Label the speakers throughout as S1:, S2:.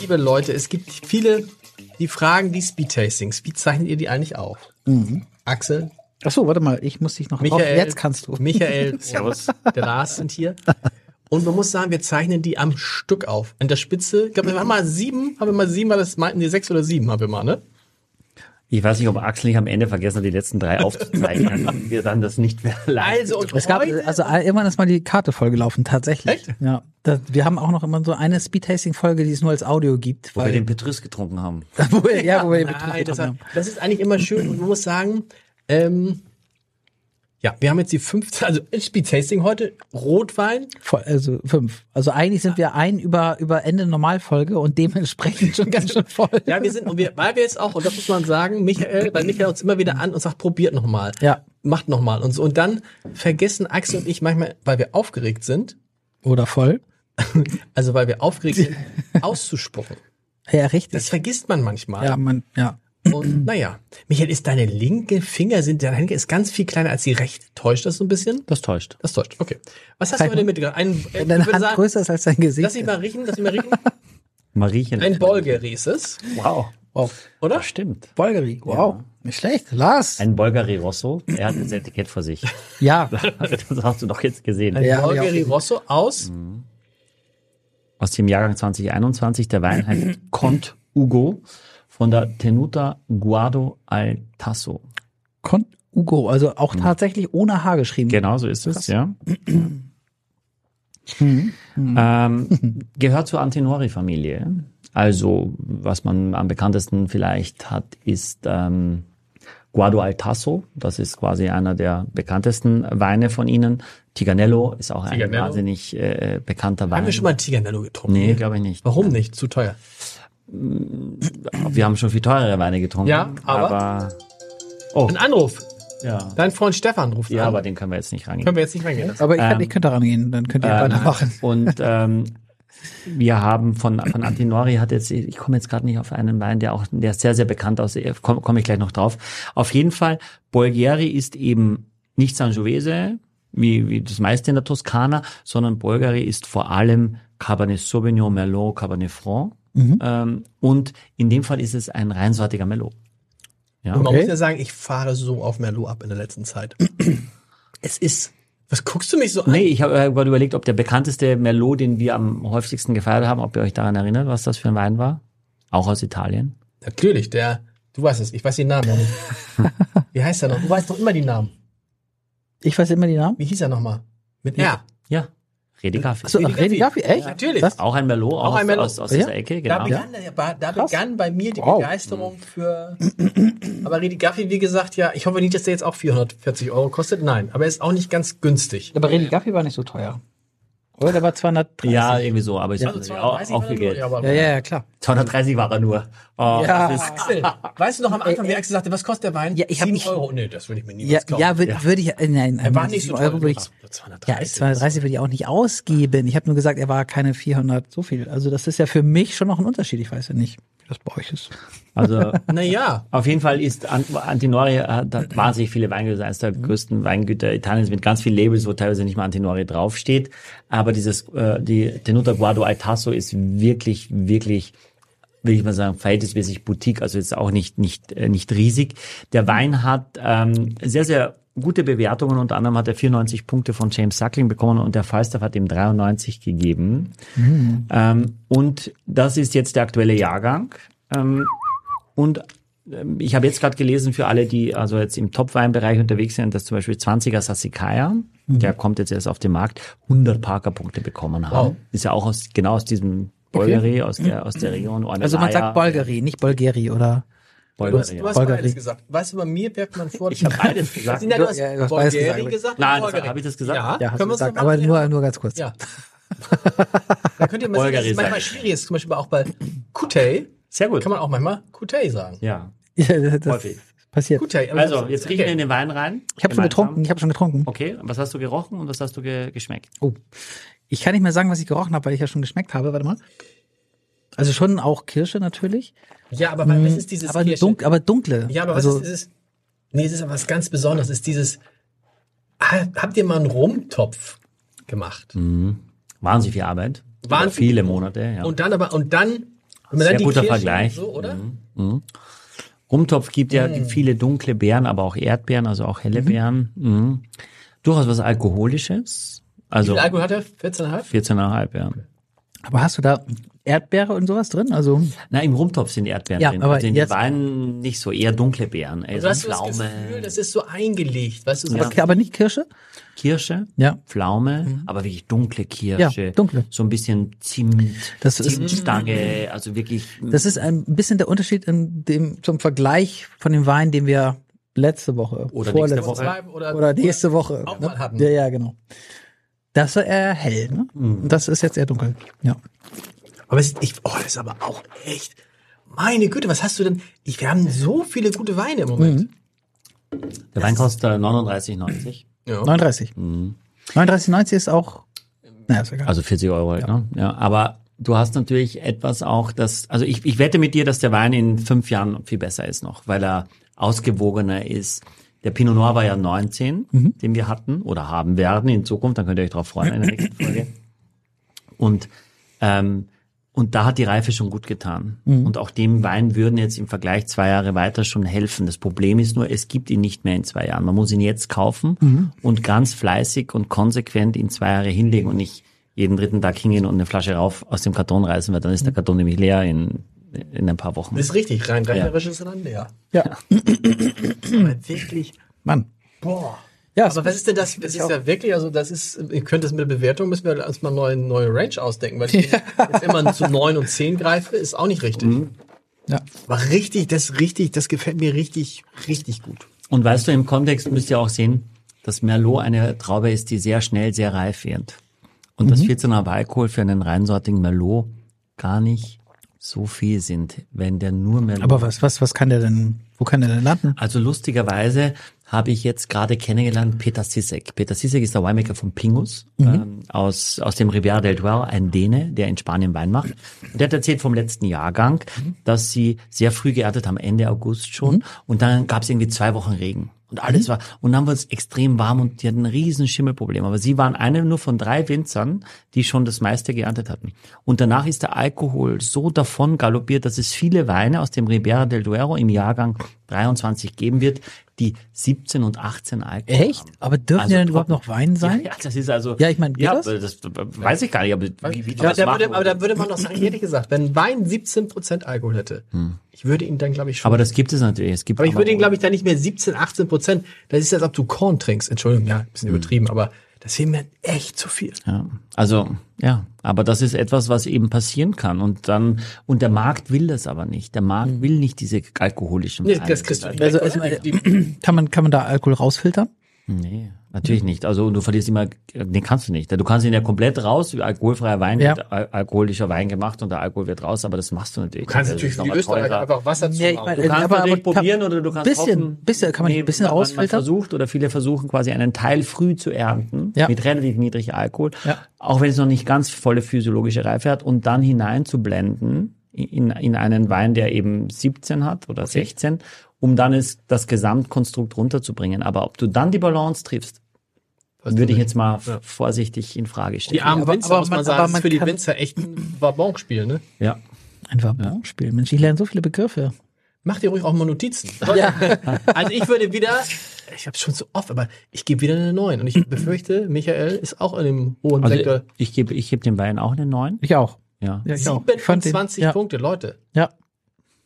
S1: liebe Leute, es gibt viele, die fragen die Speedtastings. Wie zeichnet ihr die eigentlich auf?
S2: Mhm.
S1: Axel,
S2: Achso, warte mal, ich muss dich noch
S1: Michael,
S2: auf- Jetzt kannst du.
S1: Michael und der Lars sind hier. Und man muss sagen, wir zeichnen die am Stück auf. An der Spitze, ich glaube, wir haben mal sieben, haben wir mal sieben, war das meinten die sechs oder sieben haben wir mal, ne?
S3: Ich weiß nicht, ob Axel nicht am Ende vergessen hat, die letzten drei aufzuzeichnen. wir dann das nicht mehr leisten.
S1: Also, und
S2: Es gab,
S1: heute,
S2: also äh, irgendwann ist mal die Karte vollgelaufen, tatsächlich.
S1: Echt?
S2: Ja. Da, wir haben auch noch immer so eine Speedtasting-Folge, die es nur als Audio gibt.
S3: Wo wir
S2: Weil,
S3: den Petrus getrunken haben.
S2: wo wir, ja, wo wir den Betrieb
S1: nein, das,
S2: getroffen
S1: hat,
S2: haben.
S1: das ist eigentlich immer schön. Und man muss sagen, ähm, ja, wir haben jetzt die 15, also Speedtasting heute, Rotwein,
S2: Voll- Also fünf. Also eigentlich sind wir ein über, über Ende Normalfolge und dementsprechend schon ganz schön voll.
S1: Ja, wir sind, und wir, weil wir jetzt auch, und das muss man sagen, Michael, weil Michael uns immer wieder an und sagt, probiert nochmal.
S2: Ja.
S1: Macht nochmal und so. Und dann vergessen Axel und ich manchmal, weil wir aufgeregt sind,
S2: Oder voll.
S1: also weil wir aufgeregt sind, auszuspucken.
S2: Ja, richtig.
S1: Das vergisst man manchmal.
S2: Ja, man, ja.
S1: Und naja, Michael, ist deine linke Finger, sind deine linke ist ganz viel kleiner als die rechte. Täuscht das so ein bisschen?
S3: Das täuscht.
S1: Das täuscht. Okay. Was hast
S2: Kein-
S1: du heute mitgebracht? Ein, äh,
S2: Wenn
S1: ich
S2: deine
S1: würde
S2: Hand
S1: sagen,
S2: größer ist als dein Gesicht.
S1: lass mich mal riechen, lass mich mal riechen.
S3: Mariechen.
S1: Ein Bolgeri ist es,
S3: Wow.
S2: Wow.
S1: oder?
S3: Das stimmt.
S2: Bolgeri. Wow. Nicht schlecht. Lars.
S3: Ein Bolgari Rosso. Er hat das Etikett vor sich.
S2: ja.
S3: Das hast du doch jetzt gesehen.
S1: Ein
S2: Ja, hab ich auch
S1: Bolgeri
S2: gesehen.
S1: Rosso aus.
S3: Aus dem Jahrgang 2021. Der Wein heißt Cont Ugo von der Tenuta Guado al Tasso.
S2: Kon Ugo. Also
S1: Hm.
S2: auch tatsächlich ohne H geschrieben.
S3: Genau so ist es, ja. Hm. ähm, gehört zur Antenori-Familie. Also, was man am bekanntesten vielleicht hat, ist ähm, Guado al Tasso. Das ist quasi einer der bekanntesten Weine von ihnen. Tiganello ist auch ein
S1: Tiganello?
S3: wahnsinnig äh, bekannter Wein.
S1: Haben wir schon mal Tigernello getrunken?
S3: Nee, glaube ich nicht.
S1: Warum nicht? Zu teuer.
S3: Wir haben schon viel teurere Weine getrunken.
S1: Ja, aber-
S3: oh,
S1: Ein Anruf.
S3: ja.
S1: Dein Freund Stefan ruft
S3: ja,
S1: an.
S3: aber den können wir jetzt nicht rangehen.
S1: Können wir jetzt nicht ne? mehr gehen.
S2: Aber ich, kann, ich könnte da rangehen, dann könnt ihr
S1: ähm,
S2: weitermachen.
S3: Und ähm, wir haben von, von Antinori hat jetzt, ich komme jetzt gerade nicht auf einen Wein, der auch, der ist sehr, sehr bekannt aus, komme komm ich gleich noch drauf. Auf jeden Fall, Bolgheri ist eben nicht Sangiovese, wie, wie das meiste in der Toskana, sondern Bolgheri ist vor allem Cabernet Sauvignon, Merlot, Cabernet Franc. Ähm, und in dem Fall ist es ein reinsortiger Merlot. Ja.
S1: Und man
S2: Okay.
S1: muss ja sagen, ich fahre so auf Merlot ab in der letzten Zeit. es ist. Was guckst du mich so an?
S3: Nee, ich habe äh, gerade überlegt, ob der bekannteste Merlot, den wir am häufigsten gefeiert haben, ob ihr euch daran erinnert, was das für ein Wein war? Auch aus Italien.
S1: Natürlich, der. Du weißt es, ich weiß den Namen noch nicht. Wie heißt er noch? Du weißt doch immer die Namen.
S2: Ich weiß immer die Namen.
S1: Wie hieß er nochmal? Mit R.
S3: Ja. Redekaffee.
S2: So,
S1: Redi
S2: Redi
S1: Gaffi.
S2: Gaffi, echt?
S1: Ja, natürlich.
S2: Das,
S3: Auch ein Merlot
S1: Auch
S3: aus,
S1: ein Merlot. Oh
S3: aus, aus
S2: Ja.
S3: dieser Ecke,
S1: Da,
S3: genau.
S1: begann, der- ba- da
S2: Krass.
S1: begann bei mir die
S2: Wow.
S1: Begeisterung für. Aber Redi Gaffi, wie gesagt, ja, ich hoffe nicht, dass der jetzt auch 440 Euro kostet. Nein, aber er ist auch nicht ganz günstig.
S2: aber Redi Gaffi war nicht so teuer. Oder? Der war 230.
S3: Ja, irgendwie so, aber ich
S1: Also
S3: auch,
S1: 230
S3: auch
S1: war er
S3: viel
S1: nur,
S3: Geld.
S1: ja, aber-
S2: Ja, ja, ja, klar.
S3: 230 war er nur. Oh,
S2: Ja.
S3: das ist,
S1: Axel, weißt du noch am Anfang, wie Axel sagte, was kostet der Wein?
S2: Ja, ich hab
S1: Sieben
S2: nicht-
S1: Euro. Nee, das würde ich mir niemals
S2: Ja,
S1: kaufen.
S2: ja, wür- würde ich. äh, Nein,
S1: er war nicht so teuer.
S2: Euro würde ich.
S1: Ach,
S2: Ja,
S1: 230.
S2: 230 würde ich auch nicht ausgeben. Ich habe nur gesagt, er war keine 400 so viel. Also das ist ja für mich schon noch ein Unterschied. Ich weiß ja nicht, wie das bei euch ist.
S3: also,
S1: Naja,
S3: auf jeden Fall ist Ant- Antinori hat hat wahnsinnig viele Weingüter, eines der größten Weingüter Italiens mit ganz vielen Labels, wo teilweise nicht mal Antinori draufsteht. Aber dieses, äh, die Tenuta Guado al Tasso ist wirklich, wirklich will ich mal sagen, verhältnismäßig Boutique, also jetzt auch nicht, nicht, äh, nicht riesig. Der Wein hat ähm, sehr, sehr gute Bewertungen. Unter anderem hat er 94 Punkte von James Suckling bekommen und der Falstaff hat ihm 93 gegeben. Ähm, und das ist jetzt der aktuelle Jahrgang. Ähm, und ähm, ich habe jetzt gerade gelesen für alle, die also jetzt im Top-Weinbereich unterwegs sind, dass zum Beispiel 20er Sassikaya, der kommt jetzt erst auf den Markt, 100 Parker-Punkte bekommen haben.
S1: Wow.
S3: Ist ja auch aus, genau aus diesem Bulgari, aus der, aus der Region. Ornelaya.
S2: Also man sagt Bulgari, nicht Bulgari oder.
S1: du hast,
S3: Bulgari.
S1: du hast
S2: Bulgari.
S1: beides gesagt. Weißt du, bei mir wirft man vor.
S3: Ich habe beides gesagt.
S1: Christina, du hast
S2: Ja,
S1: ja,
S2: du hast beides
S1: gesagt.
S2: gesagt.
S1: gesagt
S3: Nein,
S1: Bulgari.
S3: das- hab ich das gesagt?
S1: Ja,
S2: Ja, hast du
S1: können wir uns
S2: gesagt.
S1: noch
S2: Aber
S1: mal
S2: nur, nur ganz kurz.
S1: Ja. da könnt ihr mal sagen,
S3: Bulgari
S1: das ist manchmal
S3: sagen.
S1: schwierig. ist zum Beispiel auch bei Kutei.
S3: Sehr gut.
S1: Kann man auch manchmal Kutei sagen.
S3: ja.
S2: Ja, das
S3: Häufig.
S2: passiert.
S1: Kutei. aber
S3: Also,
S1: das-
S3: jetzt riechen wir in den Wein rein.
S2: Ich habe schon getrunken. Ich habe schon getrunken.
S3: Okay, was hast du gerochen und was hast du ge geschmeckt?
S2: Oh. Ich kann nicht mehr sagen, was ich gerochen habe, weil ich ja schon geschmeckt habe. Warte mal. Also schon auch Kirsche natürlich.
S1: Ja, aber weil- was ist dieses
S2: Mhm. aber,
S1: Kirsche?
S2: dunk, aber dunkle.
S1: Ja, aber
S2: also,
S1: was ist dieses? Nee, es ist was ganz Besonderes. Es Ist dieses. Ha- Habt ihr mal einen Rumtopf gemacht?
S3: Wahnsinnig viel Arbeit.
S1: Wahnsinnig.
S3: Über Viele Monate, ja.
S1: Und dann aber und dann Wenn man
S3: Sehr
S1: dann die
S3: guter
S1: Kirschen
S3: Vergleich. Mhm.
S1: So, oder?
S3: Rumtopf gibt ja
S2: Hm.
S3: viele dunkle Beeren, aber auch Erdbeeren, also auch helle Beeren. Mhm. Durchaus was Alkoholisches. Also
S1: Wie viel Alkohol hat er? 14,5?
S3: 14,5, ja.
S2: Aber hast du da Erdbeere und sowas drin? Also
S3: Na, im Rumtopf sind Erdbeeren
S2: Ja,
S3: drin.
S2: aber
S3: also in
S2: jetzt- Also
S3: den Weinen nicht so, eher dunkle Beeren. Ey,
S1: Du hast so das
S3: Pflaume,
S1: Gefühl, das ist so eingelegt. Weißt du, so
S2: aber, aber nicht Kirsche?
S3: Kirsche,
S2: Ja.
S1: Mhm.
S2: Mhm.
S3: Pflaume, aber wirklich dunkle Kirsche.
S2: Ja, dunkle.
S3: So ein bisschen Zimt,
S2: Das ist-
S3: Zimtstange, also wirklich
S2: Das ist ein bisschen der Unterschied in dem, zum Vergleich von dem Wein, den wir letzte Woche
S3: Oder
S2: vorletzte
S3: nächste Woche.
S1: zwei oder,
S2: oder nächste Woche
S1: auch
S2: ne?
S1: mal hatten.
S2: Ja, ja, genau. Das war eher hell, ne?
S1: Mhm.
S2: Und Das ist jetzt eher dunkel. Ja.
S1: Aber es, ich, oh, das ist aber auch echt. Meine Güte, was hast du denn? Ich, wir haben so viele gute Weine im Moment.
S3: Mhm. Der Wein kostet äh, 39,90.
S1: Ja.
S2: 39.
S1: Mhm.
S2: 39,90 ist auch. Naja, ist egal.
S3: Also 40 Euro halt, ne? Ja, aber du hast natürlich etwas auch, das, also ich, ich wette mit dir, dass der Wein in fünf Jahren viel besser ist noch, weil er ausgewogener ist. Der Pinot Noir war ja 19, den wir hatten oder haben werden in Zukunft, dann könnt ihr euch darauf freuen in der nächsten Folge. Und, ähm, und da hat die Reife schon gut getan. Und auch dem Wein würden jetzt im Vergleich zwei Jahre weiter schon helfen. Das Problem ist nur, es gibt ihn nicht mehr in zwei Jahren. Man muss ihn jetzt kaufen und ganz fleißig und konsequent ihn zwei Jahre hinlegen und nicht jeden dritten Tag hingehen und eine Flasche rauf aus dem Karton reißen, weil dann ist der Karton nämlich leer in, in ein paar Wochen.
S1: Das ist richtig, rein rechnerisch ist er dann leer.
S2: ja,
S1: Aber wirklich,
S2: Mann.
S1: boah.
S2: Ja,
S1: Aber was ist denn das? Das ist ja wirklich, also das ist, ihr könnt das mit der Bewertung, müssen wir uns mal eine neue, neue Range ausdenken, weil ich jetzt immer zu 9 und 10 greife, ist auch nicht richtig.
S3: Mhm.
S2: Ja.
S1: Aber richtig, das richtig, das gefällt mir richtig, richtig gut.
S3: Und weißt du, im Kontext müsst ihr auch sehen, dass Merlot eine Traube ist, die sehr schnell sehr reif wird. Und dass 14er Alkohol für einen reinsortigen Merlot gar nicht so viel sind, wenn der nur Merlot.
S2: Aber was, was, was kann der denn, wo kann der denn landen?
S3: also lustigerweise habe ich jetzt gerade kennengelernt Peter Sisek. Peter Sisek ist der Winemaker von Pingus ähm, aus, aus dem Ribera del Duero, ein Däne, der in Spanien Wein macht. Und der hat erzählt vom letzten Jahrgang, dass sie sehr früh geerntet haben, Ende August schon. Und dann gab es irgendwie zwei Wochen Regen. Und alles war, und dann war es extrem warm und die hatten ein riesen Schimmelproblem. Aber sie waren eine nur von drei Winzern, die schon das meiste geerntet hatten. Und danach ist der Alkohol so davon galoppiert, dass es viele Weine aus dem Ribera del Duero im Jahrgang 23 geben wird, die 17 und 18 Alkohol
S2: Echt?
S3: haben.
S1: Ähm,
S2: Aber dürfen
S3: Also
S2: die denn
S3: trocken.
S2: überhaupt noch Wein sein?
S3: Ja, das ist also.
S2: Ja, ich meine, geht
S3: ja,
S2: das?
S3: das? weiß ich gar nicht, aber wie, wie die
S1: Aber,
S3: das
S1: da würde,
S3: machen.
S1: aber da würde man doch sagen, ehrlich gesagt, wenn Wein 17% Alkohol hätte, ich würde ihn dann, glaube ich, schon.
S3: Hm. Aber das gibt es natürlich. Es gibt
S1: Aber ich würde ihn, glaube ich, da nicht mehr 17, 18 Prozent. Das ist, als ob du Korn trinkst. Entschuldigung, ja, ein bisschen übertrieben, aber das wäre mir echt zu viel.
S3: Hm. Ja, also ja, aber das ist etwas, was eben passieren kann und dann und der Markt will das aber nicht. Der Markt will nicht diese alkoholischen
S1: Mhm. Nee,
S3: Weine.
S1: das kriegst du nicht.
S2: Also
S1: weg,
S2: erstmal,
S1: oder?
S2: kann man, kann man da Alkohol rausfiltern?
S3: Nee, natürlich nicht. Also du verlierst immer, den kannst du nicht. Du kannst ihn ja komplett raus, wie alkoholfreier Wein,
S2: Ja.
S3: wird al alkoholischer Wein gemacht und der Alkohol wird raus, aber das machst du natürlich.
S1: Du kannst
S3: nicht.
S1: natürlich
S3: Das ist
S1: wie die
S3: nochmal
S1: Österreicher
S3: teurer.
S1: einfach Wasser zu
S2: Äh,
S3: Du kannst natürlich probieren oder du kannst
S2: bisschen,
S3: hoffen.
S2: bisschen, kann man nicht ein bisschen
S3: man- man- Man
S2: rausfiltern?
S3: versucht oder viele versuchen quasi einen Teil früh zu ernten
S2: Ja.
S3: mit relativ niedrig Alkohol,
S2: Ja.
S3: auch wenn es noch nicht ganz volle physiologische Reife hat und dann hineinzublenden in, in einen Wein, der eben 17 hat oder 16, um dann ist das Gesamtkonstrukt runterzubringen. Aber ob du dann die Balance triffst, würde ich jetzt mal f- vorsichtig in Frage
S1: Die
S3: stellen.
S1: armen
S2: aber-
S1: Winzer,
S2: aber
S1: muss
S2: man-
S1: man sagen,
S2: aber
S1: ist
S2: man
S1: für die
S2: kann-
S1: Winzer echt ein Wabonspiel, ne?
S3: Ja.
S2: Ein Wabonspiel. Mensch, ich lerne so viele Begriffe.
S1: Macht ihr ruhig auch mal Notizen. Also ich würde wieder, ich habe schon zu oft, aber ich gebe wieder eine 9. Und ich befürchte, Michael ist auch in dem hohen
S3: Also
S1: Sektor.
S3: ich gebe ich gebe dem Wein auch eine 9.
S2: Ich auch.
S3: Ja.
S2: Ja, ich
S1: Genau.
S2: auch. Ich fand den-
S1: 27
S2: ja.
S1: Punkte, Leute.
S2: Ja.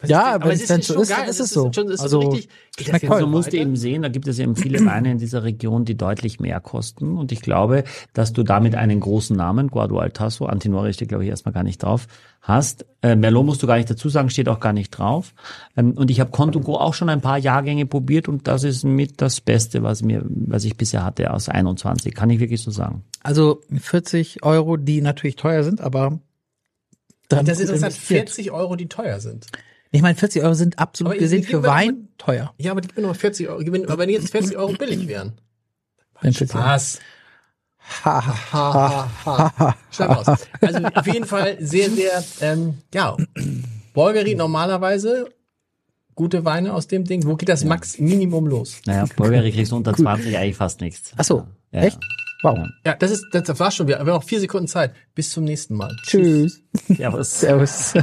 S1: Was
S2: Ja,
S1: ist denn-
S2: aber wenn's dann so ist, dann ist es so.
S1: Schon, ist
S2: Also,
S1: so richtig, geht das
S2: schmeckt
S1: jetzt
S2: toll.
S1: so
S3: Du musst
S1: weiter?
S3: eben sehen, da gibt es eben viele Weine in dieser Region, die deutlich mehr kosten. Und ich glaube, dass du damit einen großen Namen, Guado Altasso, Antinori steht, glaube ich, erstmal gar nicht drauf, hast. Äh, Merlot musst du gar nicht dazu sagen, steht auch gar nicht drauf. Ähm, und ich habe Contogo auch schon ein paar Jahrgänge probiert und das ist mit das Beste, was mir, was ich bisher hatte aus 21. Kann ich wirklich so sagen.
S2: Also 40 Euro, die natürlich teuer sind, aber dann
S1: Das
S2: gut
S1: ist interessant,
S2: investiert.
S1: 40 Euro, die teuer sind.
S2: Ich meine, 40 Euro sind absolut
S1: Aber
S2: gesehen
S1: ich- ich
S2: für
S1: gebe mir
S2: Wein teuer.
S1: Ja, aber die gewinnen noch 40 Euro. Gewinnen, aber wenn die jetzt 40 Euro billig wären.
S2: Wenn 40 Euro-
S1: Spaß.
S2: Ha, ha,
S1: Ha, ha, ha. Schlag aus. Also auf jeden Fall sehr, sehr, ähm, ja. Bolgeri normalerweise gute Weine aus dem Ding. Wo geht das Max Minimum los?
S3: Naja, Bulgari kriegst du unter 20 eigentlich fast nichts.
S2: Ach so,
S3: Ja.
S2: echt? Wow.
S1: Ja, das ist, das war schon wieder. Wir haben noch vier Sekunden Zeit. Bis zum nächsten Mal.
S2: Tschüss.
S3: Servus.
S2: Servus.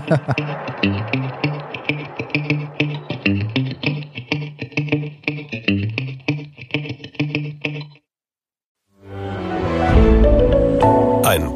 S4: Ein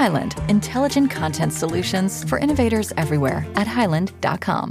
S5: Highland, intelligent content solutions for innovators everywhere at highland.com.